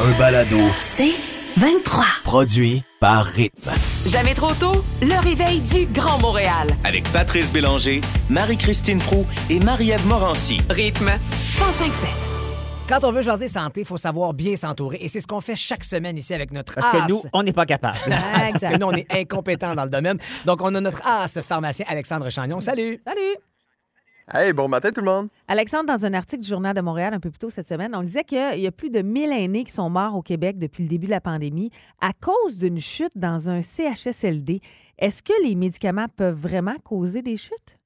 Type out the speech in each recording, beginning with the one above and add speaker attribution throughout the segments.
Speaker 1: Un balado
Speaker 2: C'est 23.
Speaker 1: produit par Rythme.
Speaker 2: Jamais trop tôt, le réveil du Grand Montréal.
Speaker 3: avec Patrice Bélanger, Marie-Christine Prou et Marie-Ève Morancy.
Speaker 2: Rythme 1057.
Speaker 4: Quand on veut jaser santé, il faut savoir bien s'entourer. Et c'est ce qu'on fait chaque semaine ici avec notre
Speaker 5: Parce
Speaker 4: as.
Speaker 5: que nous, on n'est pas capable.
Speaker 6: Ah,
Speaker 4: Parce que nous, on est incompétents dans le domaine. Donc, on a notre as pharmacien Alexandre
Speaker 5: Mm.
Speaker 4: Chagnon. Salut!
Speaker 6: Salut!
Speaker 7: Hey, bon matin tout le monde.
Speaker 6: Alexandre, dans un article du Journal de Montréal un peu plus tôt cette semaine, on disait qu'il y a plus de 1000 aînés qui sont morts au Québec depuis le début de la pandémie à cause d'une chute dans un CHSLD. Est-ce que les médicaments peuvent vraiment causer des chutes?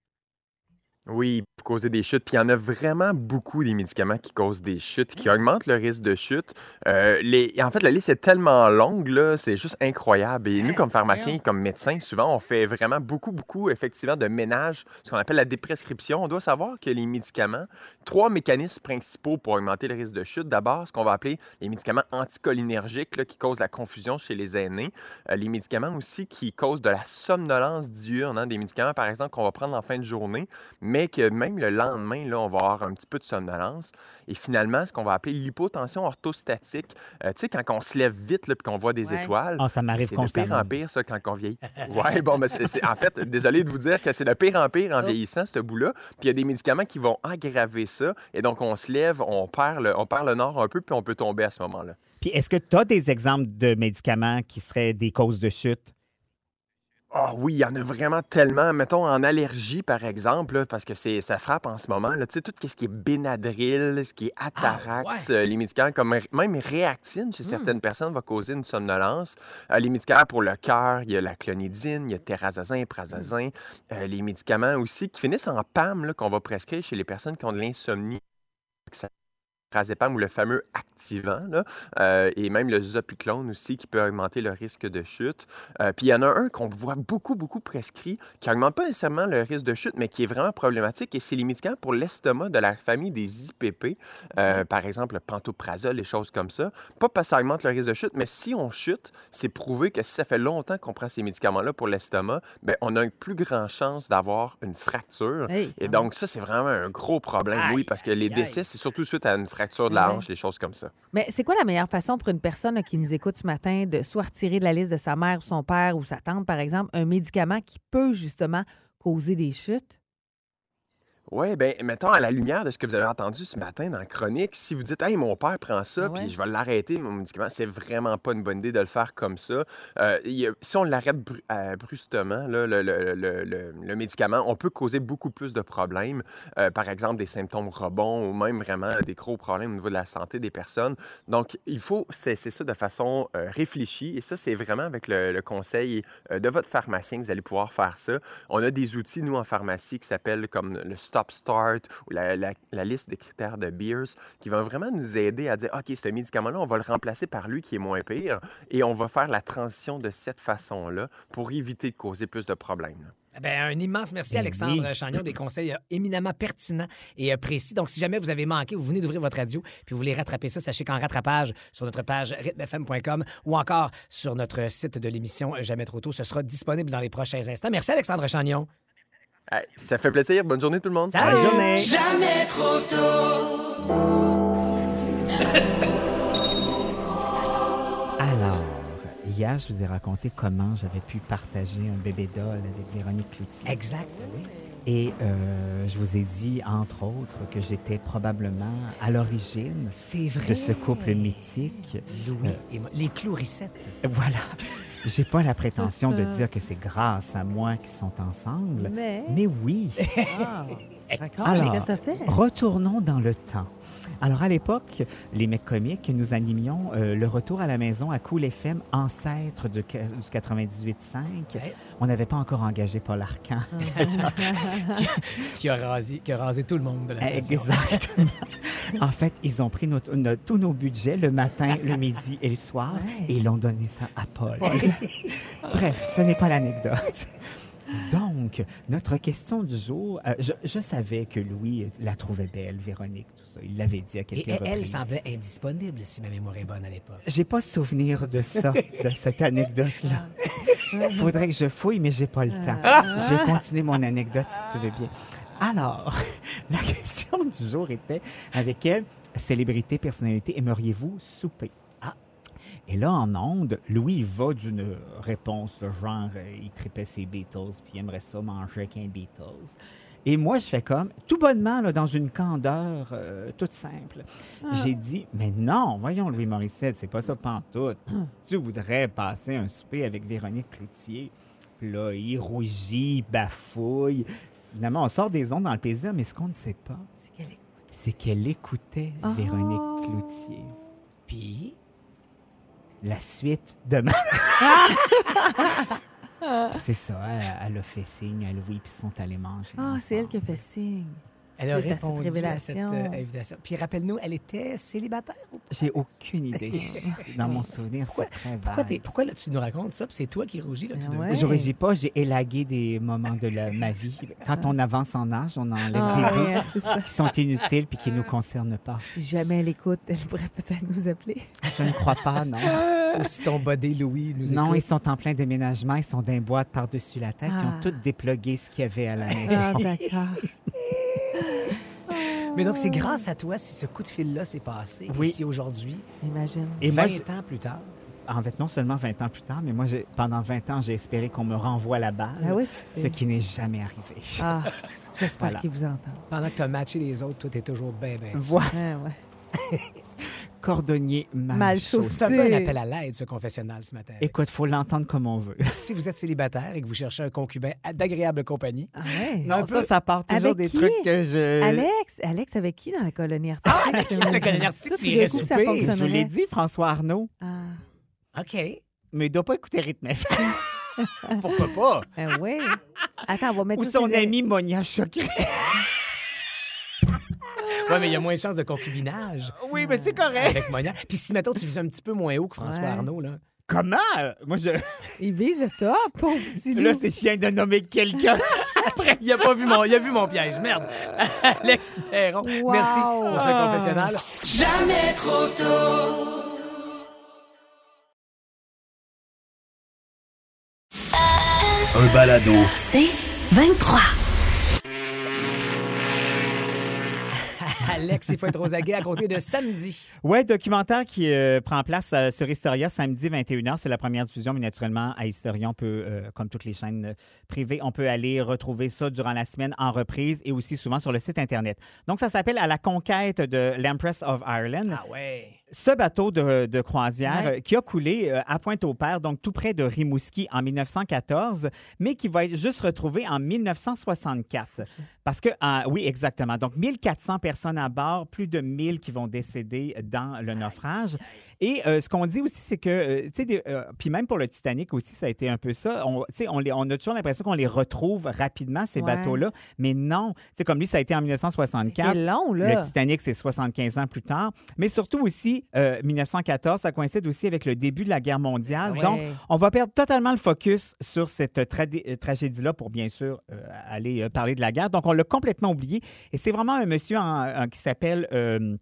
Speaker 7: Oui, pour causer des chutes, puis il y en a vraiment beaucoup des médicaments qui causent des chutes, qui augmentent le risque de chute. Euh, les... En fait, la liste est tellement longue, là, c'est juste incroyable. Et nous, comme pharmaciens, comme médecins, souvent, on fait vraiment beaucoup, beaucoup, effectivement, de ménage, ce qu'on appelle la déprescription. On doit savoir que les médicaments, trois mécanismes principaux pour augmenter le risque de chute. D'abord, ce qu'on va appeler les médicaments anticholinergiques, là, qui causent la confusion chez les aînés. Euh, les médicaments aussi qui causent de la somnolence diurne, hein, des médicaments, par exemple, qu'on va prendre en fin de journée mais que même le lendemain, là, on va avoir un petit peu de somnolence. Et finalement, ce qu'on va appeler l'hypotension orthostatique, euh, tu sais, quand on se lève vite là, puis qu'on voit des
Speaker 6: Ouais.
Speaker 7: étoiles.
Speaker 5: Ah, ça m'arrive
Speaker 7: c'est de pire
Speaker 5: constamment.
Speaker 7: en pire, ça, quand on vieillit. Oui, bon, mais c'est- c'est- en fait, désolé de vous dire que c'est de pire en pire en vieillissant, ce bout-là. Puis il y a des médicaments qui vont aggraver ça. Et donc, on se lève, on perd le, on perd le nord un peu, puis on peut tomber à ce moment-là.
Speaker 5: Puis est-ce que tu as des exemples de médicaments qui seraient des causes de chute?
Speaker 7: Ah oui, il y en a vraiment tellement. Mettons en allergie, par exemple, là, parce que c'est, ça frappe en ce moment. là. Tu sais, tout ce qui est Benadryl, ce qui est Atarax, euh, les médicaments comme r- même Réactine chez certaines personnes va causer une somnolence. Euh, les médicaments pour le cœur, il y a la clonidine, il y a terazazin, prazazin. Euh, les médicaments aussi qui finissent en PAM là, qu'on va prescrire chez les personnes qui ont de l'insomnie. que ça- Prazépam ou le fameux activant, là, euh, et même le zopiclone aussi qui peut augmenter le risque de chute. Euh, puis il y en a un qu'on voit beaucoup, beaucoup prescrit, qui n'augmente pas nécessairement le risque de chute, mais qui est vraiment problématique, et c'est les médicaments pour l'estomac de la famille des IPP, euh, par exemple le pantoprazole, les choses comme ça. Pas parce que ça augmente le risque de chute, mais si on chute, c'est prouvé que si ça fait longtemps qu'on prend ces médicaments-là pour l'estomac, ben, on a une plus grande chance d'avoir une fracture.
Speaker 6: Hey,
Speaker 7: Et donc ça, c'est vraiment un gros problème, oui, parce que les décès, c'est surtout suite à une fracture de la
Speaker 6: Ouais.
Speaker 7: hanche, les choses comme ça.
Speaker 6: Mais c'est quoi la meilleure façon pour une personne là, qui nous écoute ce matin de soit retirer de la liste de sa mère ou son père ou sa tante, par exemple, un médicament qui peut justement causer des chutes?
Speaker 7: Oui, bien, ben, mettons, à la lumière de ce que vous avez entendu ce matin dans la chronique, si vous dites, hey, mon père prend ça,
Speaker 6: Ah ouais?
Speaker 7: puis je vais l'arrêter, mon médicament, c'est vraiment pas une bonne idée de le faire comme ça. Euh, il y a- si on l'arrête bru- euh, brusquement, là, le, le- le- le- le médicament, on peut causer beaucoup plus de problèmes. Euh, par exemple, des symptômes rebonds ou même vraiment des gros problèmes au niveau de la santé des personnes. Donc, il faut cesser ça de façon euh, réfléchie. Et ça, c'est vraiment avec le, le conseil euh, de votre pharmacien que vous allez pouvoir faire ça. On a des outils, nous, en pharmacie, qui s'appellent comme le Stop Start ou la, la- la liste des critères de Beers, qui vont vraiment nous aider à dire OK, ce médicament-là, on va le remplacer par lui qui est moins pire et on va faire la transition de cette façon-là pour éviter de causer plus de problèmes.
Speaker 4: Ben, un immense merci,
Speaker 5: Ben
Speaker 4: Alexandre
Speaker 5: oui.
Speaker 4: Chagnon, des conseils euh, éminemment pertinents et euh, précis. Donc, si jamais vous avez manqué, vous venez d'ouvrir votre radio, puis vous voulez rattraper ça, sachez qu'en rattrapage sur notre page rythmefm.com ou encore sur notre site de l'émission euh, Jamais trop tôt, ce sera disponible dans les prochains instants. Merci, Alexandre Chagnon.
Speaker 7: Hey, ça fait plaisir. Bonne journée, tout le monde.
Speaker 4: Salut!
Speaker 5: journée.
Speaker 4: Jamais trop tôt!
Speaker 5: Alors, hier, je vous ai raconté comment j'avais pu partager un bébé doll avec Véronique Cloutier.
Speaker 4: Exact, oui.
Speaker 5: Et euh, je vous ai dit, entre autres, que j'étais probablement à l'origine
Speaker 4: C'est vrai.
Speaker 5: de ce couple mythique.
Speaker 4: Louis et moi- les clourissettes.
Speaker 5: Voilà. J'ai pas la prétention de dire que c'est grâce à moi qu'ils sont ensemble,
Speaker 6: Mais-
Speaker 5: Ah. mais oui.
Speaker 6: Ah,
Speaker 5: Alors,
Speaker 6: qu'est-ce que t'as fait?
Speaker 5: Retournons dans le temps. Alors, à l'époque, les mecs comiques, nous animions euh, le retour à la maison à Cool FM, ancêtre de, ca- du 98.5.
Speaker 4: Ouais.
Speaker 5: On n'avait pas encore engagé Paul Arcan.
Speaker 4: qui a rasé, qui a rasé tout le monde de la station.
Speaker 5: Exactement. en fait, ils ont pris notre- notre- tous nos budgets le matin, le midi et le soir
Speaker 6: Ouais.
Speaker 5: et ils l'ont donné ça à Paul. Bref, ce n'est pas l'anecdote. Donc, notre question du jour, euh, je, je savais que Louis la trouvait belle, Véronique, tout ça. Il l'avait dit à quelques
Speaker 4: Et elle, elle
Speaker 5: reprises.
Speaker 4: semblait indisponible, si ma mémoire est bonne à l'époque.
Speaker 5: J'ai pas souvenir de ça, de cette anecdote-là. Faudrait que je fouille, mais j'ai pas le temps. Je vais continuer mon anecdote si tu veux bien. Alors, la question du jour était avec quelle célébrité, personnalité aimeriez-vous souper?
Speaker 4: Ah,
Speaker 5: Et là, en onde, Louis va d'une réponse de genre euh, il tripait ses Beatles, puis il aimerait ça manger qu'un Beatles. Et moi, je fais comme, tout bonnement, là, dans une candeur euh, toute simple, j'ai dit, mais non, voyons, Louis Morissette, c'est pas ça pantoute. tu voudrais passer un souper avec Véronique Cloutier. Puis Là, il rougit, bafouille. Finalement, on sort des ondes dans le plaisir, mais ce qu'on ne sait pas,
Speaker 6: C'est qu'elle est-
Speaker 5: c'est qu'elle écoutait
Speaker 6: Oh.
Speaker 5: Véronique Cloutier.
Speaker 4: Puis,
Speaker 5: La suite demain. c'est ça, elle, elle a fait signe à Louis, puis ils sont allés manger.
Speaker 6: Ah, c'est elle
Speaker 5: ensemble.
Speaker 6: qui a fait signe.
Speaker 4: elle a
Speaker 6: Suite à cette
Speaker 4: répondu à cette
Speaker 6: révélation.
Speaker 4: euh, invitation. Puis rappelle-nous, elle était célibataire ou pas?
Speaker 5: J'ai aucune idée. Dans mon souvenir, c'est très
Speaker 4: Pourquoi, t'es-
Speaker 5: vague.
Speaker 4: pourquoi là, tu nous racontes ça? Puis c'est toi qui rougis, là, tout
Speaker 6: Ah
Speaker 4: d'un
Speaker 6: ouais.
Speaker 4: coup.
Speaker 5: Je régis pas, j'ai élagué des moments de la- ma vie. Quand on avance en âge, on enlève
Speaker 6: Ah,
Speaker 5: des vies
Speaker 6: ouais, c'est ça.
Speaker 5: qui sont inutiles puis qui nous concernent pas.
Speaker 6: Si jamais elle écoute, elle pourrait peut-être nous appeler.
Speaker 5: Je ne crois pas, non.
Speaker 6: Ah,
Speaker 4: Ou si ton body, Louis, nous
Speaker 5: Non, ils
Speaker 4: écoute.
Speaker 5: sont en plein déménagement, ils sont d'un boîte par-dessus la tête, ils
Speaker 6: Ah.
Speaker 5: ont tout déplogué ce qu'il y avait à la
Speaker 6: Ah,
Speaker 5: maison.
Speaker 6: d'accord.
Speaker 4: Mais donc, c'est grâce à toi si ce coup de fil-là s'est passé.
Speaker 5: Oui.
Speaker 4: Et si aujourd'hui,
Speaker 6: Imagine.
Speaker 5: Et
Speaker 4: 20
Speaker 5: moi, je-
Speaker 4: ans plus tard,
Speaker 5: en fait, non seulement 20 ans plus tard, mais moi, j'ai- pendant 20 ans, j'ai espéré qu'on me renvoie la balle,
Speaker 6: Ah oui,
Speaker 5: ce
Speaker 6: c'est...
Speaker 5: qui n'est jamais arrivé.
Speaker 6: Ah, j'espère
Speaker 5: Voilà.
Speaker 6: qu'ils vous entendent.
Speaker 4: pendant que tu as matché les autres, toi, t'es toujours bien, bien.
Speaker 5: Voilà,
Speaker 6: Ouais, Ah, ouais.
Speaker 5: cordonnier mal,
Speaker 6: Mal
Speaker 5: chaussé.
Speaker 4: C'est un peu un
Speaker 6: C'est-
Speaker 4: appel à l'aide, ce confessionnal ce matin. Alex.
Speaker 5: Écoute, faut l'entendre comme on veut.
Speaker 4: si vous êtes célibataire et que vous cherchez un concubin à- d'agréable compagnie,
Speaker 6: Ah ouais.
Speaker 5: Non, ça, ça part toujours
Speaker 6: Avec
Speaker 5: des
Speaker 6: qui?
Speaker 5: trucs que je...
Speaker 6: Alex, Alex, avec qui dans la colonie artistique? Ah, avec qui
Speaker 4: dans la colonie artistique, tu irais
Speaker 6: ça, tout d'un coup,
Speaker 4: souper?
Speaker 6: ça
Speaker 5: Je vous l'ai
Speaker 6: fonctionnerait.
Speaker 5: dit, François Arnaud,
Speaker 6: Ah,
Speaker 4: OK,
Speaker 5: mais il doit pas écouter Rythme FM
Speaker 4: pourquoi pas?
Speaker 6: ben oui. Attends, on va mettre
Speaker 5: ou
Speaker 6: ça sur
Speaker 5: son
Speaker 6: les-
Speaker 5: ami Monia Chokri.
Speaker 4: Oui, mais il y a moins de chances de concubinage
Speaker 5: oui, mais c'est correct.
Speaker 4: avec Monia. Puis si, mettons, tu vises un petit peu moins haut que François
Speaker 6: Ouais.
Speaker 4: Arnaud, là.
Speaker 5: Comment? Moi, je...
Speaker 6: Il vise le top, pauvre petit
Speaker 5: là,
Speaker 6: loup.
Speaker 5: c'est chien de nommer quelqu'un.
Speaker 4: Il a pas vu mon, il a vu mon piège. Merde. Alex Perron,
Speaker 6: Wow. Ah.
Speaker 4: merci pour ce confessionnal.
Speaker 1: Un balado.
Speaker 2: C'est 23.
Speaker 4: Alex, il faut être aux aguets à compter de samedi.
Speaker 5: Ouais, documentaire qui euh, prend place euh, sur Historia samedi 21h. C'est la première diffusion, mais naturellement, à Historia, on peut, euh, comme toutes les chaînes euh, privées, on peut aller retrouver ça durant la semaine en reprise et aussi souvent sur le site Internet. Donc, ça s'appelle À la conquête de l'Empress of Ireland.
Speaker 4: Ah ouais.
Speaker 5: Ce bateau de, de croisière
Speaker 6: Ouais.
Speaker 5: euh, qui a coulé euh, à Pointe-au-Père, donc tout près de Rimouski en 1914, mais qui va être juste retrouvé en 1964. Parce que, ah, oui, exactement. Donc, 1400 personnes à bord, plus de 1000 qui vont décéder dans le naufrage. Et euh, ce qu'on dit aussi, c'est que, euh, tu sais, des- euh, puis même pour le Titanic aussi, ça a été un peu ça. On, tu sais, on, les- on a toujours l'impression qu'on les retrouve rapidement, ces
Speaker 6: Ouais.
Speaker 5: bateaux-là. Mais non. Tu sais, comme lui, ça a été en 1964.
Speaker 6: C'est long,
Speaker 5: Le
Speaker 6: là.
Speaker 5: Titanic, c'est 75 ans plus tard. Mais surtout aussi, euh, 1914, ça coïncide aussi avec le début de la guerre mondiale.
Speaker 6: Ah, Ouais.
Speaker 5: Donc, on va perdre totalement le focus sur cette tradi- euh, tragédie-là pour bien sûr euh, aller euh, parler de la guerre. Donc, on l'a complètement oublié. Et c'est vraiment un monsieur en- en- qui s'appelle... euh,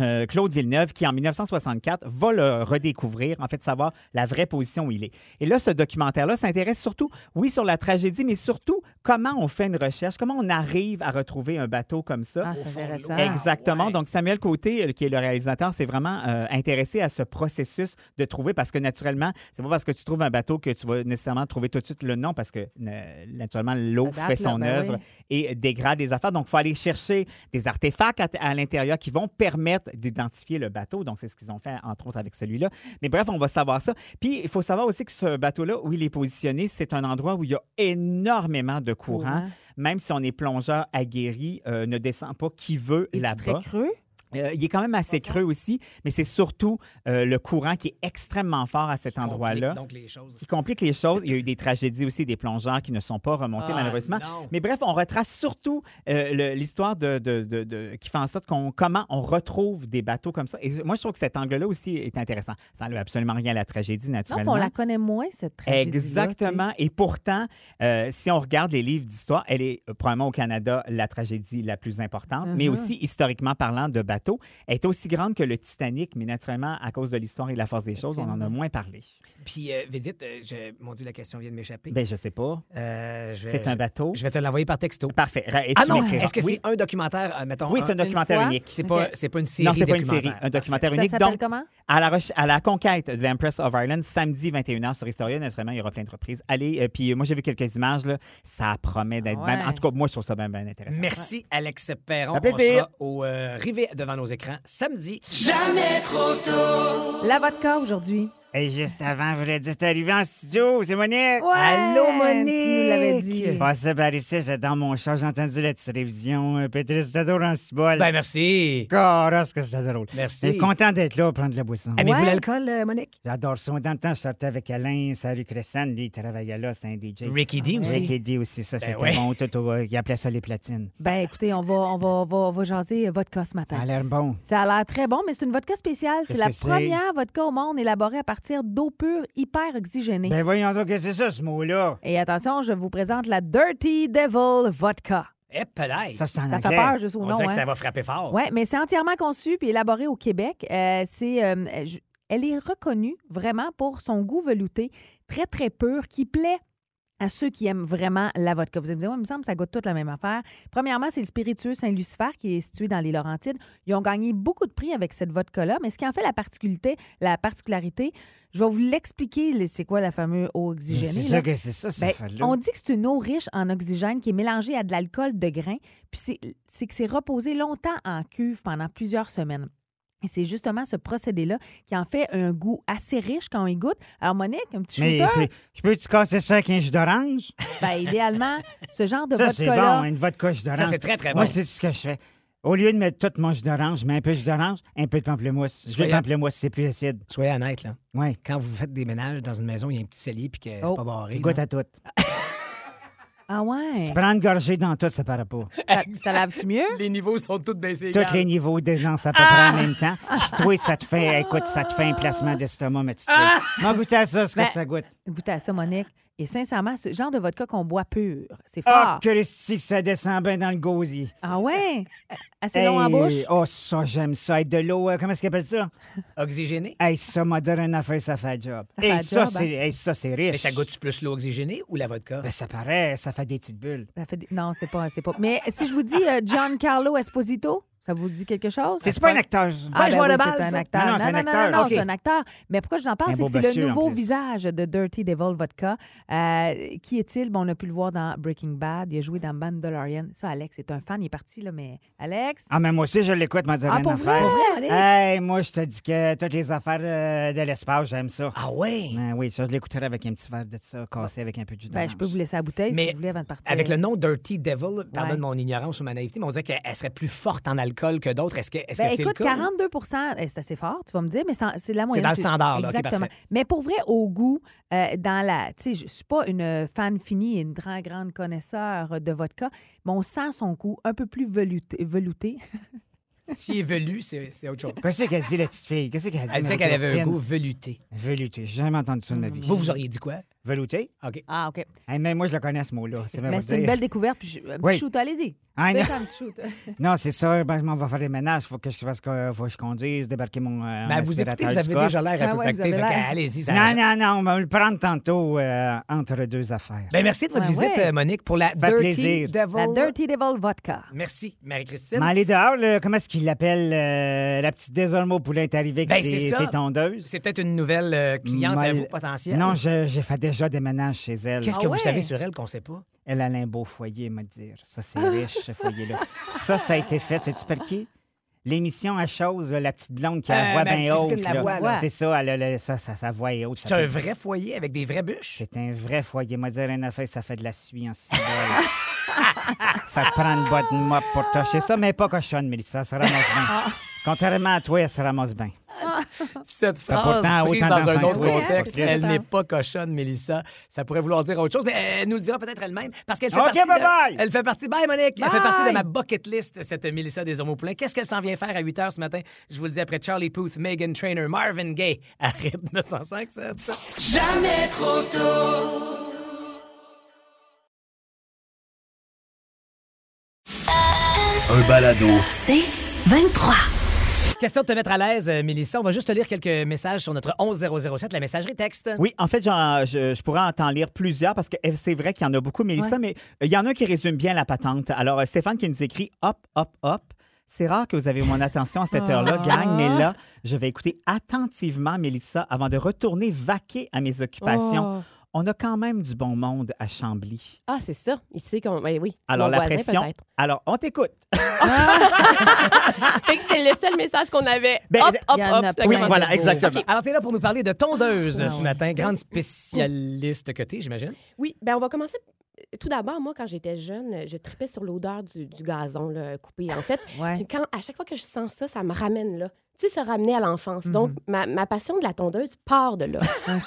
Speaker 5: euh, Claude Villeneuve, qui en 1964 va le redécouvrir, en fait, savoir la vraie position où il est. Et là, ce documentaire-là s'intéresse surtout, oui, sur la tragédie, mais surtout comment on fait une recherche, comment on arrive à retrouver un bateau comme ça.
Speaker 6: Ah, c'est intéressant.
Speaker 5: Exactement.
Speaker 4: ouais.
Speaker 5: Donc, Samuel Côté, euh, qui est le réalisateur, s'est vraiment euh, intéressé à ce processus de trouver parce que naturellement, c'est pas parce que tu trouves un bateau que tu vas nécessairement trouver tout de suite le nom parce que euh, naturellement, l'eau
Speaker 6: Ça date,
Speaker 5: fait son
Speaker 6: là, ben
Speaker 5: œuvre et dégrade les affaires. Donc, il faut aller chercher des artefacts à, à l'intérieur qui vont permettre d'identifier le bateau. Donc, c'est ce qu'ils ont fait, entre autres, avec celui-là. Mais bref, on va savoir ça. Puis, il faut savoir aussi que ce bateau-là, où il est positionné, c'est un endroit où il y a énormément de courant.
Speaker 6: Courant.
Speaker 5: Même si on est plongeur aguerri, euh, ne descend pas qui veut
Speaker 6: Et c'est
Speaker 5: là-bas.
Speaker 6: très creux.
Speaker 5: Euh, il est quand même assez creux aussi, mais c'est surtout euh, le courant qui est extrêmement fort à cet endroit-là,
Speaker 4: Donc les choses.
Speaker 5: qui complique les choses. Il y a eu des tragédies aussi, des plongeurs qui ne sont pas remontés
Speaker 4: Ah,
Speaker 5: malheureusement.
Speaker 4: non.
Speaker 5: Mais bref, on retrace surtout euh, le- l'histoire de, de- de- de- qui fait en sorte qu'on comment on retrouve des bateaux comme ça. Et moi, je trouve que cet angle-là aussi est intéressant. Ça n'enlève absolument rien à la tragédie,
Speaker 6: Non, mais
Speaker 5: naturellement.
Speaker 6: on la connaît moins, cette tragédie.
Speaker 5: Exactement. Et pourtant, euh, si on regarde les livres d'histoire, elle est euh, probablement au Canada la tragédie la plus importante, mais
Speaker 4: Uh-huh.
Speaker 6: Mhm.
Speaker 5: aussi historiquement parlant de bateaux, elle est aussi grande que le Titanic, mais naturellement, à cause de l'histoire et de la force des choses, on en a moins parlé.
Speaker 4: Puis, euh, vite, vite, euh, je- mon Dieu, la question vient de m'échapper.
Speaker 5: Ben, je sais pas.
Speaker 4: Euh, je vais-
Speaker 5: C'est un bateau.
Speaker 4: Je vais te l'envoyer par texto.
Speaker 5: Parfait. Ra- et
Speaker 4: Ah
Speaker 5: tu
Speaker 4: non,
Speaker 5: m'écriras.
Speaker 4: est-ce que
Speaker 5: oui.
Speaker 4: c'est un documentaire, euh, mettons?
Speaker 5: Oui,
Speaker 4: un-
Speaker 5: c'est un documentaire
Speaker 6: fois?
Speaker 5: unique.
Speaker 4: c'est pas,
Speaker 6: Ok.
Speaker 4: c'est pas une série
Speaker 5: Non, c'est pas une série,
Speaker 4: documentaire.
Speaker 5: un documentaire
Speaker 6: Ça
Speaker 5: unique.
Speaker 6: s'appelle
Speaker 5: Donc,
Speaker 6: comment?
Speaker 5: à la, reche- à la conquête de l'Empress of Ireland, samedi 21h sur Historia. Naturellement, il y aura plein de reprises. Allez, euh, puis euh, moi, j'ai vu quelques images. Là. Ça promet d'être
Speaker 6: Ah ouais.
Speaker 5: bien- En tout cas, moi, je trouve ça bien, bien intéressant.
Speaker 4: Merci, Alex Perron.
Speaker 5: Ça fait plaisir.
Speaker 4: On sera au euh, Rivet devant nos écrans samedi.
Speaker 6: La vodka aujourd'hui.
Speaker 5: Et juste avant, vous l'êtes dit, t'es arrivé en studio, c'est Monique.
Speaker 4: Allô,
Speaker 6: Tu nous l'avais dit.
Speaker 4: Monique!
Speaker 5: Passé par ben, ici, j'étais dans mon char, j'ai entendu la petite révision. euh, Petrus Tador en cibole.
Speaker 4: Ben, merci.
Speaker 5: Corosse que c'est drôle.
Speaker 4: Merci.
Speaker 5: Et content d'être là pour prendre la boisson.
Speaker 4: Aimez-vous
Speaker 6: Ouais.
Speaker 4: l'alcool, euh, Monique?
Speaker 5: J'adore ça. Dans le temps, je sortais avec Alain, sa rue Crescent. Lui, il travaillait là, c'est un DJ.
Speaker 4: Ricky D aussi. Ben
Speaker 5: Ricky D aussi, ça, c'était
Speaker 4: ouais.
Speaker 5: bon. Tout, au- euh, il appelait ça les platines.
Speaker 6: Ben écoutez, on va, on va, on va, on va jaser vodka ce
Speaker 5: Ça a
Speaker 6: matin.
Speaker 5: l'air bon.
Speaker 6: Ça a l'air très bon, mais c'est une vodka spéciale. C'est
Speaker 5: Qu'est-ce
Speaker 6: la
Speaker 5: que c'est?
Speaker 6: première vodka au monde élaborée à partir d'eau pure hyper oxygénée.
Speaker 5: Ben voyons donc, qu'est-ce que c'est ça, ce mot-là?
Speaker 6: Et attention, je vous présente la Dirty Devil Vodka.
Speaker 4: Epelay.
Speaker 5: Ça, c'est en
Speaker 6: Ça fait
Speaker 5: anglais.
Speaker 6: peur juste au
Speaker 4: On
Speaker 6: nom.
Speaker 4: dirait que
Speaker 6: hein.
Speaker 4: ça va frapper fort.
Speaker 6: Oui, mais c'est entièrement conçu puis élaboré au Québec. Euh, c'est, euh, je- elle est reconnue vraiment pour son goût velouté, très, très pur, qui plaît à ceux qui aiment vraiment la vodka. Vous allez me dire, oui, il me semble que ça goûte toute la même affaire. Premièrement, c'est le spiritueux Saint-Lucifer qui est situé dans les Laurentides. Ils ont gagné beaucoup de prix avec cette vodka-là, mais ce qui en fait la particularité, la particularité je vais vous l'expliquer, les- c'est quoi la fameuse eau
Speaker 5: Mais
Speaker 6: oxygénée.
Speaker 5: C'est
Speaker 6: là.
Speaker 5: ça que c'est ça, cette
Speaker 6: Ben,
Speaker 5: affaire-là.
Speaker 6: on dit que c'est une eau riche en oxygène qui est mélangée à de l'alcool de grain, puis c'est- c'est que c'est reposé longtemps en cuve pendant plusieurs semaines. Et c'est justement ce procédé-là qui en fait un goût assez riche quand on y goûte. Alors, Monique, un petit
Speaker 5: Mais
Speaker 6: shooter,
Speaker 5: puis, je peux-tu casser ça avec un jus d'orange?
Speaker 6: ben, idéalement, ce genre de
Speaker 5: Ça, c'est bon, hein.
Speaker 6: vodka-là.
Speaker 5: une vodka jus d'orange.
Speaker 4: Ça, c'est très, très
Speaker 5: Moi,
Speaker 4: bon.
Speaker 5: c'est ce que je fais. Au lieu de mettre tout mon jus d'orange, je mets un peu de jus d'orange, un peu de pamplemousse. Je veux
Speaker 4: Soyez-
Speaker 5: pamplemousse, c'est plus acide.
Speaker 4: Soyez honnête, là.
Speaker 5: Oui,
Speaker 4: Quand vous faites des ménages dans une maison, il y a un petit cellier puis que
Speaker 6: Oh.
Speaker 4: c'est pas barré.
Speaker 5: goûte
Speaker 4: là.
Speaker 5: à tout.
Speaker 6: Ah ouais?
Speaker 5: Tu prends une gorgée dans tout, ça paraît pas.
Speaker 6: Ça, ça lave-tu mieux?
Speaker 4: Les niveaux sont tous baissés.
Speaker 5: Tous les niveaux d'aisance à peu
Speaker 4: Ah!
Speaker 5: près en même temps. Puis toi, ça te fait, écoute, ça te fait un placement d'estomac, mais tu
Speaker 4: Ah!
Speaker 5: sais. M'en goûter à ça, ce
Speaker 6: Ben,
Speaker 5: que ça goûte.
Speaker 6: Goûtez à ça, Monique. Et sincèrement, ce genre de vodka qu'on boit pur, c'est
Speaker 5: Ah,
Speaker 6: fort.
Speaker 5: Christy, que ça descend bien dans le gosier.
Speaker 6: Ah ouais? Assez long en
Speaker 5: Hey,
Speaker 6: bouche?
Speaker 5: Oh, ça, j'aime ça. Hey, de l'eau, euh, comment est-ce qu'ils appellent ça?
Speaker 4: Oxygéné?
Speaker 5: Hey, ça m'a donné une affaire, ça fait job.
Speaker 6: fait
Speaker 5: Hey, ça,
Speaker 6: job, hein?
Speaker 5: c'est, hey, ça, c'est riche.
Speaker 4: Mais ça goûte plus l'eau oxygénée ou la vodka?
Speaker 5: Ben, ça paraît, ça fait des petites bulles.
Speaker 6: Ça fait des- Non, c'est pas, c'est pas. Mais si je vous dis euh, Giancarlo Esposito, ça vous dit quelque chose?
Speaker 5: C'est pas un acteur.
Speaker 6: Ah, ben
Speaker 4: joueur
Speaker 6: oui,
Speaker 4: de
Speaker 6: C'est
Speaker 4: base.
Speaker 6: un acteur.
Speaker 5: Non,
Speaker 6: Non, non,
Speaker 5: non, c'est un
Speaker 6: non, non,
Speaker 5: acteur.
Speaker 6: non,
Speaker 4: OK.
Speaker 6: c'est un acteur. Mais pourquoi je vous en
Speaker 5: Un
Speaker 6: parle, c'est
Speaker 5: beau
Speaker 6: que c'est
Speaker 5: monsieur,
Speaker 6: le
Speaker 5: en
Speaker 6: nouveau
Speaker 5: plus.
Speaker 6: visage de Dirty Devil Vodka. Euh, qui est-il? Bon, on a pu le voir dans Breaking Bad. Il a joué dans Mandalorian. Ça, Alex est un fan. Il est parti, là, mais Alex,
Speaker 5: Ah, mais moi aussi, je l'écoute, m'a dit
Speaker 6: Ah,
Speaker 5: une
Speaker 6: pour vrai?
Speaker 5: affaire.
Speaker 6: Pour
Speaker 4: vrai, Monique?
Speaker 5: Hey, moi, je te dis que toutes les affaires euh, de l'espace, j'aime ça.
Speaker 4: Ah ouais!
Speaker 5: Ben oui, ça, je l'écouterai avec un petit verre de ça, cassé avec un peu de jus
Speaker 6: ben,
Speaker 5: d'orange.
Speaker 6: je peux vous laisser la bouteille si
Speaker 4: Mais
Speaker 6: vous voulez avant de partir.
Speaker 4: Avec le nom Dirty Devil, pardonne
Speaker 6: Ouais.
Speaker 4: mon ignorance ou ma naïveté, mais on dirait qu'elle serait plus forte en alcool que d'autres. Est-ce que est-ce
Speaker 6: Ben,
Speaker 4: que c'est
Speaker 6: écoute,
Speaker 4: le cas?
Speaker 6: 42 eh, c'est assez fort, tu vas me dire, mais c'est en- c'est de la moyenne.
Speaker 4: dans le standard, là. OK,
Speaker 6: Exactement.
Speaker 4: parfait.
Speaker 6: mais pour vrai, au goût, euh, dans la. Tu sais, je suis pas une fan finie et une très grande connaisseur de vodka, mais on sent son goût un peu plus velouté. velouté.
Speaker 4: S'il est velu, c'est c'est autre chose.
Speaker 5: Qu'est-ce qu'elle dit, la petite fille? Qu'est-ce qu'elle dit?
Speaker 4: Elle disait
Speaker 5: Marie
Speaker 4: qu'elle avait un
Speaker 5: Christine?
Speaker 4: goût velouté.
Speaker 5: Velouté. J'ai jamais entendu ça de ma vie.
Speaker 6: Mm.
Speaker 4: Vous, vous auriez dit quoi? Ben,
Speaker 5: Velouté?
Speaker 4: OK.
Speaker 6: Ah, OK.
Speaker 5: Hey, mais moi, je le connais, ce mot-là. C'est
Speaker 6: Mais
Speaker 5: même
Speaker 6: c'est une belle découverte. Puis je- un petit
Speaker 5: Oui.
Speaker 6: shoot, allez-y.
Speaker 5: Ah,
Speaker 6: Faites
Speaker 5: non.
Speaker 6: un petit shoot.
Speaker 5: Non, c'est ça. Ben, je m'en vais faire des ménages. Faut que je fasse, que- euh, faut que je conduise, débarquer mon. euh,
Speaker 4: Mais
Speaker 5: mon
Speaker 4: vous écoutez,
Speaker 5: aspirateur
Speaker 4: vous
Speaker 5: du
Speaker 4: avez
Speaker 5: coffre.
Speaker 4: déjà l'air un
Speaker 6: Ah
Speaker 4: peu
Speaker 6: ouais, vous
Speaker 4: pacté.
Speaker 6: avez
Speaker 4: fait
Speaker 6: l'air.
Speaker 4: que Allez-y, ça
Speaker 5: Non,
Speaker 4: arrange.
Speaker 5: non, non, on va me le prendre tantôt euh, entre deux affaires.
Speaker 4: Ben, merci de votre
Speaker 6: Ah
Speaker 4: visite,
Speaker 6: ouais.
Speaker 4: euh, Monique, pour la
Speaker 5: Fait
Speaker 4: Dirty
Speaker 5: plaisir.
Speaker 4: Devil.
Speaker 6: La Dirty Devil Vodka.
Speaker 4: Merci, Marie-Christine.
Speaker 5: Mais aller dehors, là, comment est-ce qu'il l'appelle euh, la petite désormais au poulet est arrivée que
Speaker 4: Ben, c'est
Speaker 5: c'est
Speaker 4: ça.
Speaker 5: c'est tondeuse?
Speaker 4: C'est peut-être une nouvelle euh, cliente à
Speaker 5: Mal-
Speaker 4: vous potentielle.
Speaker 5: Non, je- j'ai fait déjà des ménages chez elle.
Speaker 4: Qu'est-ce
Speaker 6: Ah
Speaker 4: que
Speaker 6: ouais?
Speaker 4: vous savez sur elle qu'on sait pas?
Speaker 5: Elle a un beau foyer, me dire. Ça, c'est riche, ce foyer-là. Ça, ça a été fait. C'est-tu par qui? L'émission à chose, la petite blonde qui a
Speaker 4: Euh,
Speaker 5: la voix bien
Speaker 4: Marie-Christine
Speaker 5: haute.
Speaker 4: Lavoie,
Speaker 6: là.
Speaker 5: C'est ça, elle a le- ça, ça, sa voix est haute.
Speaker 4: C'est
Speaker 5: ça
Speaker 4: un
Speaker 5: fait-
Speaker 4: vrai foyer avec des vraies bûches.
Speaker 5: C'est un vrai foyer. Moi, dire une affaire, ça fait de la suie en cibole. ça te prend une boîte de mop pour toucher ça, mais pas cochonne, Mélissa. Ça se ramasse bien. Contrairement à toi, elle se ramasse bien.
Speaker 4: Cette
Speaker 5: T'as
Speaker 4: phrase
Speaker 5: pourtant
Speaker 4: prise
Speaker 5: autant
Speaker 4: dans un
Speaker 5: d'enfants
Speaker 4: autre
Speaker 5: que toi,
Speaker 4: contexte,
Speaker 5: c'est pas clair.
Speaker 4: elle n'est pas cochonne, Mélissa. Ça pourrait vouloir dire autre chose, mais elle nous le dira peut-être elle-même parce qu'elle fait
Speaker 5: OK,
Speaker 4: partie. de-
Speaker 5: bye-bye.
Speaker 4: Elle fait partie. Bye, Monique. Elle fait
Speaker 6: Bye.
Speaker 4: partie de ma bucket list, cette Mélissa des Poulain. Qu'est-ce qu'elle s'en vient faire à 8 h ce matin? Je vous le dis après Charlie Puth, Megan Trainer, Marvin Gaye, à rythme 105,
Speaker 1: Un balado.
Speaker 2: C'est 23.
Speaker 4: Question de te mettre à l'aise, euh, Mélissa. On va juste te lire quelques messages sur notre 11007, la messagerie texte.
Speaker 8: Oui, en fait, j'en- je, je pourrais en t'en lire plusieurs parce que eh, c'est vrai qu'il y en a beaucoup, Mélissa, mais euh, il y en a un qui résume bien la patente. Alors, euh, Stéphane qui nous écrit Hop, hop, hop.
Speaker 5: C'est rare que vous avez mon attention à cette heure-là, gang, mais là, je vais écouter attentivement Mélissa avant de retourner vaquer à mes occupations.
Speaker 9: Oh.
Speaker 5: On a quand même du bon monde à Chambly.
Speaker 9: Ah, c'est ça. Il sait qu'on. ben Oui, oui.
Speaker 5: Alors,
Speaker 9: Mon
Speaker 5: la
Speaker 9: voisin,
Speaker 5: pression.
Speaker 9: peut-être.
Speaker 5: Alors, on t'écoute.
Speaker 9: Fait que c'était le seul message qu'on avait.
Speaker 5: Ben,
Speaker 9: hop, hop,
Speaker 6: il y en
Speaker 9: hop.
Speaker 6: a
Speaker 9: ça
Speaker 6: plein.
Speaker 5: Oui,
Speaker 9: commence.
Speaker 5: voilà, exactement.
Speaker 4: Alors, t'es là pour nous parler de tondeuse
Speaker 6: Ah
Speaker 4: ce
Speaker 6: ouais.
Speaker 4: matin, grande spécialiste que t'es, j'imagine.
Speaker 9: Oui, ben on va commencer. Tout d'abord, moi, quand j'étais jeune, je tripais sur l'odeur du, du gazon là, coupé. En fait,
Speaker 6: Ouais.
Speaker 9: Puis quand, à chaque fois que je sens ça, ça me ramène là. Tu sais, se ramener à l'enfance.
Speaker 5: Mhm.
Speaker 9: Donc, ma, ma passion de la tondeuse part de là,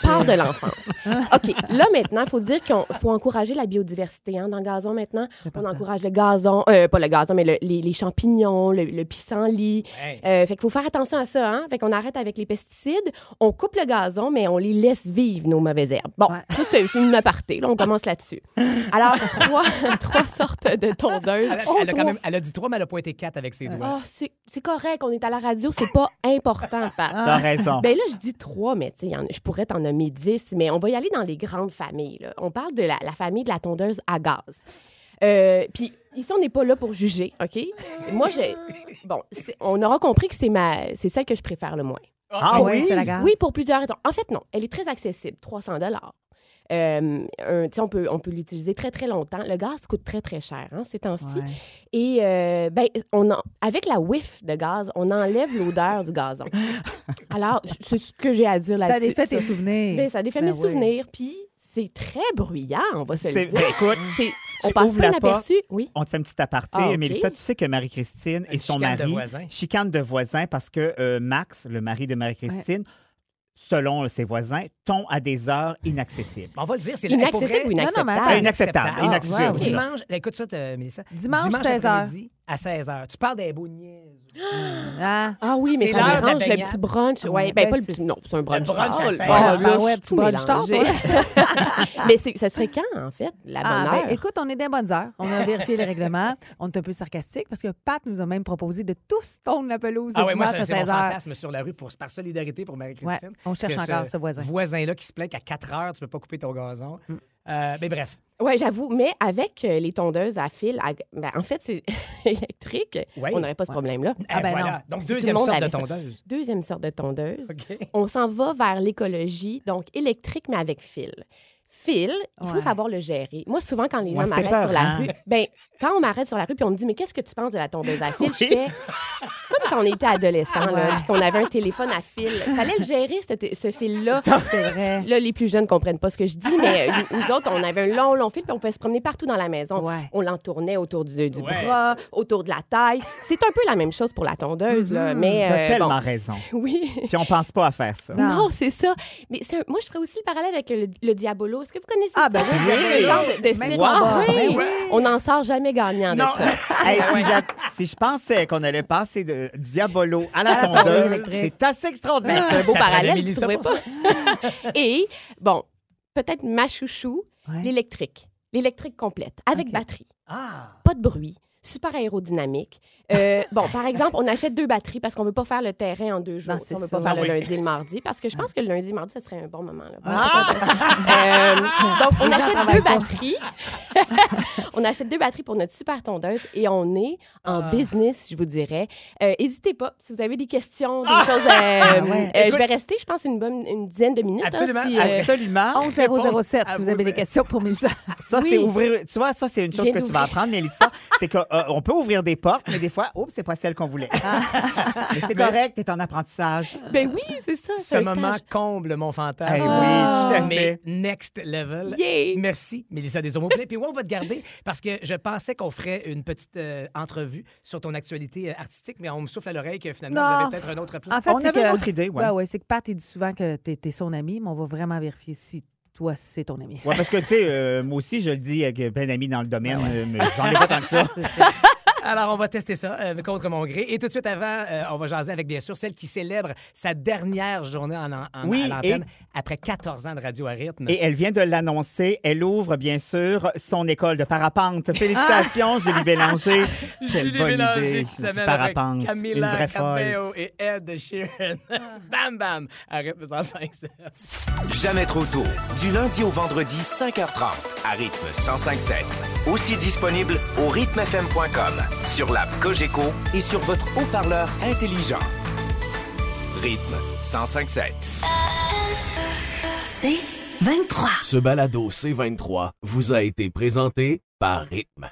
Speaker 9: part de l'enfance. OK, là maintenant, il faut dire qu'il faut encourager la biodiversité. hein. Dans le gazon maintenant, on encourage le gazon, euh, pas le gazon, mais le- les, les champignons, le, le pissenlit.
Speaker 4: Hey.
Speaker 9: Euh, fait qu'il faut faire attention à ça. Hein? Fait qu'on arrête avec les pesticides, on coupe le gazon, mais on les laisse vivre, nos mauvaises herbes. Bon,
Speaker 6: Ouais.
Speaker 9: ça, c'est c'est une aparté. Là, on commence là-dessus. Alors, trois, trois sortes de tondeuses.
Speaker 4: Elle a,
Speaker 9: On
Speaker 4: Ah, elle a quand
Speaker 9: doit
Speaker 4: même, elle a dit trois, mais elle a pointé quatre avec ses doigts.
Speaker 9: ah, c'est c'est correct, on est à la radio, c'est pas important, Pat.
Speaker 5: T'as raison.
Speaker 9: Ben là, je dis trois, mais tu sais, il y en a- je pourrais t'en nommer dix, mais on va y aller dans les grandes familles. là. On parle de la, la famille de la tondeuse à gaz. Euh, Puis ici, on n'est pas là pour juger, OK? Moi, je... Bon, c'est- on aura compris que c'est ma... c'est celle que je préfère le moins.
Speaker 5: Ah
Speaker 6: ouais,
Speaker 5: oui?
Speaker 6: c'est la gaz.
Speaker 9: Oui, pour plusieurs raisons. En fait, non, elle est très accessible, 300 dollars. Euh, on peut, on peut l'utiliser très, très longtemps. Le gaz coûte très, très cher hein, ces temps-ci.
Speaker 6: Ouais.
Speaker 9: Et euh, ben, on en- avec la whiff de gaz, on enlève l'odeur du gazon. Alors, je- c'est ce que j'ai à dire
Speaker 6: Ça
Speaker 9: là-dessus.
Speaker 6: défait tes souvenirs.
Speaker 9: Ben, ça défait
Speaker 6: Ben
Speaker 9: mes
Speaker 6: oui.
Speaker 9: souvenirs. Puis, c'est très bruyant, on va se
Speaker 5: C'est-
Speaker 9: le dire.
Speaker 5: ben, écoute,
Speaker 9: C'est-
Speaker 5: tu
Speaker 9: on passe
Speaker 5: ouvres
Speaker 9: pas
Speaker 5: la porte.
Speaker 9: inaperçu. Oui.
Speaker 5: On te fait un petit aparté.
Speaker 9: Ah, ok.
Speaker 5: Mélissa, tu sais que Marie-Christine et
Speaker 4: Une
Speaker 5: son
Speaker 4: chicane de
Speaker 5: mari
Speaker 4: voisins.
Speaker 5: chicanent de voisins parce que euh, Max, le mari de Marie-Christine, selon euh, ses voisins, tombe à des heures inaccessibles. Euh,
Speaker 4: On va le dire, c'est la pour vrai,
Speaker 9: Inaccessible ou
Speaker 6: non, mais
Speaker 9: inacceptable?
Speaker 6: attends.
Speaker 5: Inacceptable,
Speaker 4: Inacceptable.
Speaker 5: inacceptable.
Speaker 6: Ah, ouais, ouais.
Speaker 5: ça.
Speaker 4: Dimanche, ben, écoute ça, t'as- Mélissa.
Speaker 6: Dimanche, 16 heures.
Speaker 4: après-midi à 16h. Tu parles des beaux niaises.
Speaker 6: Ah.
Speaker 9: Ah oui, mais
Speaker 4: C'est
Speaker 9: ça
Speaker 4: l'heure de la
Speaker 9: mélange le
Speaker 4: baignade.
Speaker 9: petit brunch. Ouais,
Speaker 6: Ben,
Speaker 9: ben, pas le
Speaker 6: c'est-
Speaker 9: petit. Non, c'est un brunch.
Speaker 4: brunch à
Speaker 9: tard.
Speaker 4: seize
Speaker 9: Ah,
Speaker 4: heures.
Speaker 9: là,
Speaker 6: Ah
Speaker 9: je
Speaker 6: ouais,
Speaker 9: suis
Speaker 6: petit brunch tard,
Speaker 9: mélangée. Mais c'est- ça serait quand, en fait, la bonne
Speaker 6: Ah, ben,
Speaker 9: heure?
Speaker 6: écoute, on est des bonnes heures. On a vérifié le règlement. On est un peu sarcastique parce que Pat nous a même proposé de tous tourner la pelouse le
Speaker 4: Ah ouais, moi,
Speaker 6: dimanche
Speaker 4: ça,
Speaker 6: à
Speaker 4: c'est mon
Speaker 6: 16 heures.
Speaker 4: fantasme sur la rue pour, par solidarité pour Marie-Christine.
Speaker 6: Ouais, on cherche
Speaker 4: que
Speaker 6: encore ce voisin.
Speaker 4: voisin-là qui se plaint qu'à 4 heures, tu peux pas couper ton gazon. Euh, mais bref.
Speaker 9: Oui, j'avoue, mais avec euh, les tondeuses à fil, à- ben, en fait, c'est électrique.
Speaker 4: Ouais.
Speaker 9: On n'aurait pas ce problème-là.
Speaker 6: Ah
Speaker 4: Eh,
Speaker 6: ben
Speaker 4: voilà. Donc,
Speaker 9: Si tout le
Speaker 4: deuxième
Speaker 9: monde
Speaker 4: sorte de
Speaker 9: avait ça.
Speaker 4: tondeuse.
Speaker 9: Deuxième sorte de tondeuse.
Speaker 4: OK.
Speaker 9: On s'en va vers l'écologie, donc électrique, mais avec fil. Fil, il faut
Speaker 6: Ouais.
Speaker 9: savoir le gérer. Moi, souvent, quand les gens
Speaker 5: Ouais, c'était
Speaker 9: m'arrêtent sur la
Speaker 5: peurant.
Speaker 9: rue, ben, quand on m'arrête sur la rue puis on me dit, mais qu'est-ce que tu penses de la tondeuse à fil? Je fais comme quand on était adolescent, là, puis qu'on avait un téléphone à fil. Fallait le gérer, ce, t- ce fil-là.
Speaker 6: C'est vrai.
Speaker 9: Là, les plus jeunes comprennent pas ce que je dis, mais euh, nous autres, on avait un long, long fil, puis on pouvait se promener partout dans la maison.
Speaker 6: Ouais.
Speaker 9: On l'entournait autour du, du
Speaker 4: Ouais.
Speaker 9: bras, autour de la taille. C'est un peu la même chose pour la tondeuse, là,
Speaker 6: Mm-hmm.
Speaker 9: mais...
Speaker 5: T'as
Speaker 9: euh,
Speaker 5: tellement
Speaker 9: bon.
Speaker 5: raison.
Speaker 9: Oui.
Speaker 5: Puis on pense pas à faire ça.
Speaker 6: Non.
Speaker 9: Non, c'est ça. Mais c'est un- moi, je ferais aussi le parallèle avec le, le Diabolo. Est-ce que vous connaissez
Speaker 6: Ah,
Speaker 9: ça?
Speaker 6: ben oui,
Speaker 9: C'est
Speaker 5: oui.
Speaker 9: le genre de, de
Speaker 6: Même
Speaker 9: série.
Speaker 6: combat.
Speaker 9: Oui.
Speaker 6: Ben
Speaker 9: On n'en sort jamais gagnant de
Speaker 4: Non.
Speaker 9: ça.
Speaker 5: Hey, si, j'a- si je pensais qu'on allait passer de Diabolo à la
Speaker 6: tondeuse
Speaker 5: tondeuse,
Speaker 6: électrique.
Speaker 5: c'est assez extraordinaire.
Speaker 9: C'est un beau
Speaker 4: Ça prenait
Speaker 9: parallèle, vous
Speaker 4: Mélissa
Speaker 9: trouvez
Speaker 4: pour
Speaker 9: pas? Et, bon, peut-être ma chouchou,
Speaker 6: Ouais.
Speaker 9: l'électrique. L'électrique complète, avec
Speaker 6: Ok.
Speaker 9: batterie.
Speaker 4: Ah!
Speaker 9: pas de bruit, super aérodynamique. Euh, bon, par exemple, on achète deux batteries parce qu'on veut pas faire le terrain en deux jours.
Speaker 6: Non, Ben, c'est
Speaker 9: on veut
Speaker 6: ça.
Speaker 9: pas faire
Speaker 4: Ah
Speaker 9: le
Speaker 4: oui.
Speaker 9: lundi et le mardi parce que je pense que le lundi et le mardi, ça serait un bon moment. là.
Speaker 6: Ah!
Speaker 9: Euh, donc, on
Speaker 6: Les gens
Speaker 9: achète
Speaker 6: travaillent
Speaker 9: deux
Speaker 6: pas.
Speaker 9: batteries. on achète deux batteries pour notre super tondeuse et on est en
Speaker 4: Ah.
Speaker 9: business, je vous dirais. Euh, N'hésitez pas si vous avez des questions, des choses. euh,
Speaker 6: Ah! ouais.
Speaker 9: euh, je vais rester, je pense, une, bonne, une dizaine de minutes. hein,
Speaker 4: Absolument.
Speaker 9: si, euh,
Speaker 5: Absolument.
Speaker 6: 11007,
Speaker 4: à
Speaker 6: si vous
Speaker 4: vos-
Speaker 6: avez des questions pour Mélissa.
Speaker 5: Ça,
Speaker 9: Oui.
Speaker 5: c'est ouvrir. Tu vois, ça, c'est une chose
Speaker 9: Viens
Speaker 5: que tu
Speaker 9: d'ouvrir.
Speaker 5: vas apprendre, Mélissa. c'est qu'on peut ouvrir des portes, mais des fois, oups, c'est pas celle qu'on voulait. mais c'est correct, t'es en apprentissage.
Speaker 9: ben oui, c'est ça.
Speaker 4: Ce
Speaker 9: c'est un
Speaker 4: moment
Speaker 9: stage.
Speaker 4: comble mon
Speaker 5: Eh
Speaker 4: fantasme.
Speaker 5: oui, tout à
Speaker 4: Mais
Speaker 5: fait.
Speaker 4: next level.
Speaker 9: Yeah.
Speaker 4: Merci, Mélissa Desaumaux-Plain. Puis ouais, on va te garder parce que je pensais qu'on ferait une petite euh, entrevue sur ton actualité euh, artistique, mais on me souffle à l'oreille que finalement,
Speaker 6: Non.
Speaker 4: vous avez peut-être un autre plan.
Speaker 6: En fait,
Speaker 5: On
Speaker 6: c'est
Speaker 5: avait
Speaker 6: que-
Speaker 5: une autre idée, ouais.
Speaker 6: Ben ouais, c'est que Pat, il dit souvent que t'es t'es son ami, mais on va vraiment vérifier si toi, c'est ton ami.
Speaker 5: Ouais, parce que, tu sais, euh, moi aussi, je le dis avec plein d'amis dans le domaine, euh, mais j'en ai pas tant que ça.
Speaker 6: C'est ça.
Speaker 4: Alors, on va tester ça euh, contre mon gré. Et tout de suite avant, euh, on va jaser avec, bien sûr, celle qui célèbre sa dernière journée en, en- en-
Speaker 5: Oui,
Speaker 4: à l'antenne après 14 ans de radio à rythme.
Speaker 5: Et elle vient de l'annoncer. Elle ouvre, bien sûr, son école de parapente. Félicitations, Julie Bélanger. Quelle
Speaker 4: Julie
Speaker 5: bonne
Speaker 4: Bélanger
Speaker 5: idée,
Speaker 4: qui
Speaker 5: du
Speaker 4: s'amène avec
Speaker 5: parapente. une
Speaker 4: Camila
Speaker 5: vraie folle.
Speaker 4: Cabello et Ed Sheeran. bam, bam! À rythme 105.7.
Speaker 3: Jamais trop tôt. Du lundi au vendredi, 5h30, à rythme 105.7. Aussi disponible au rythmefm.com sur l'app Cogeco et sur votre haut-parleur intelligent. Rythme 1057.
Speaker 2: C'est 23.
Speaker 10: Ce balado C23 vous a été présenté par Rythme.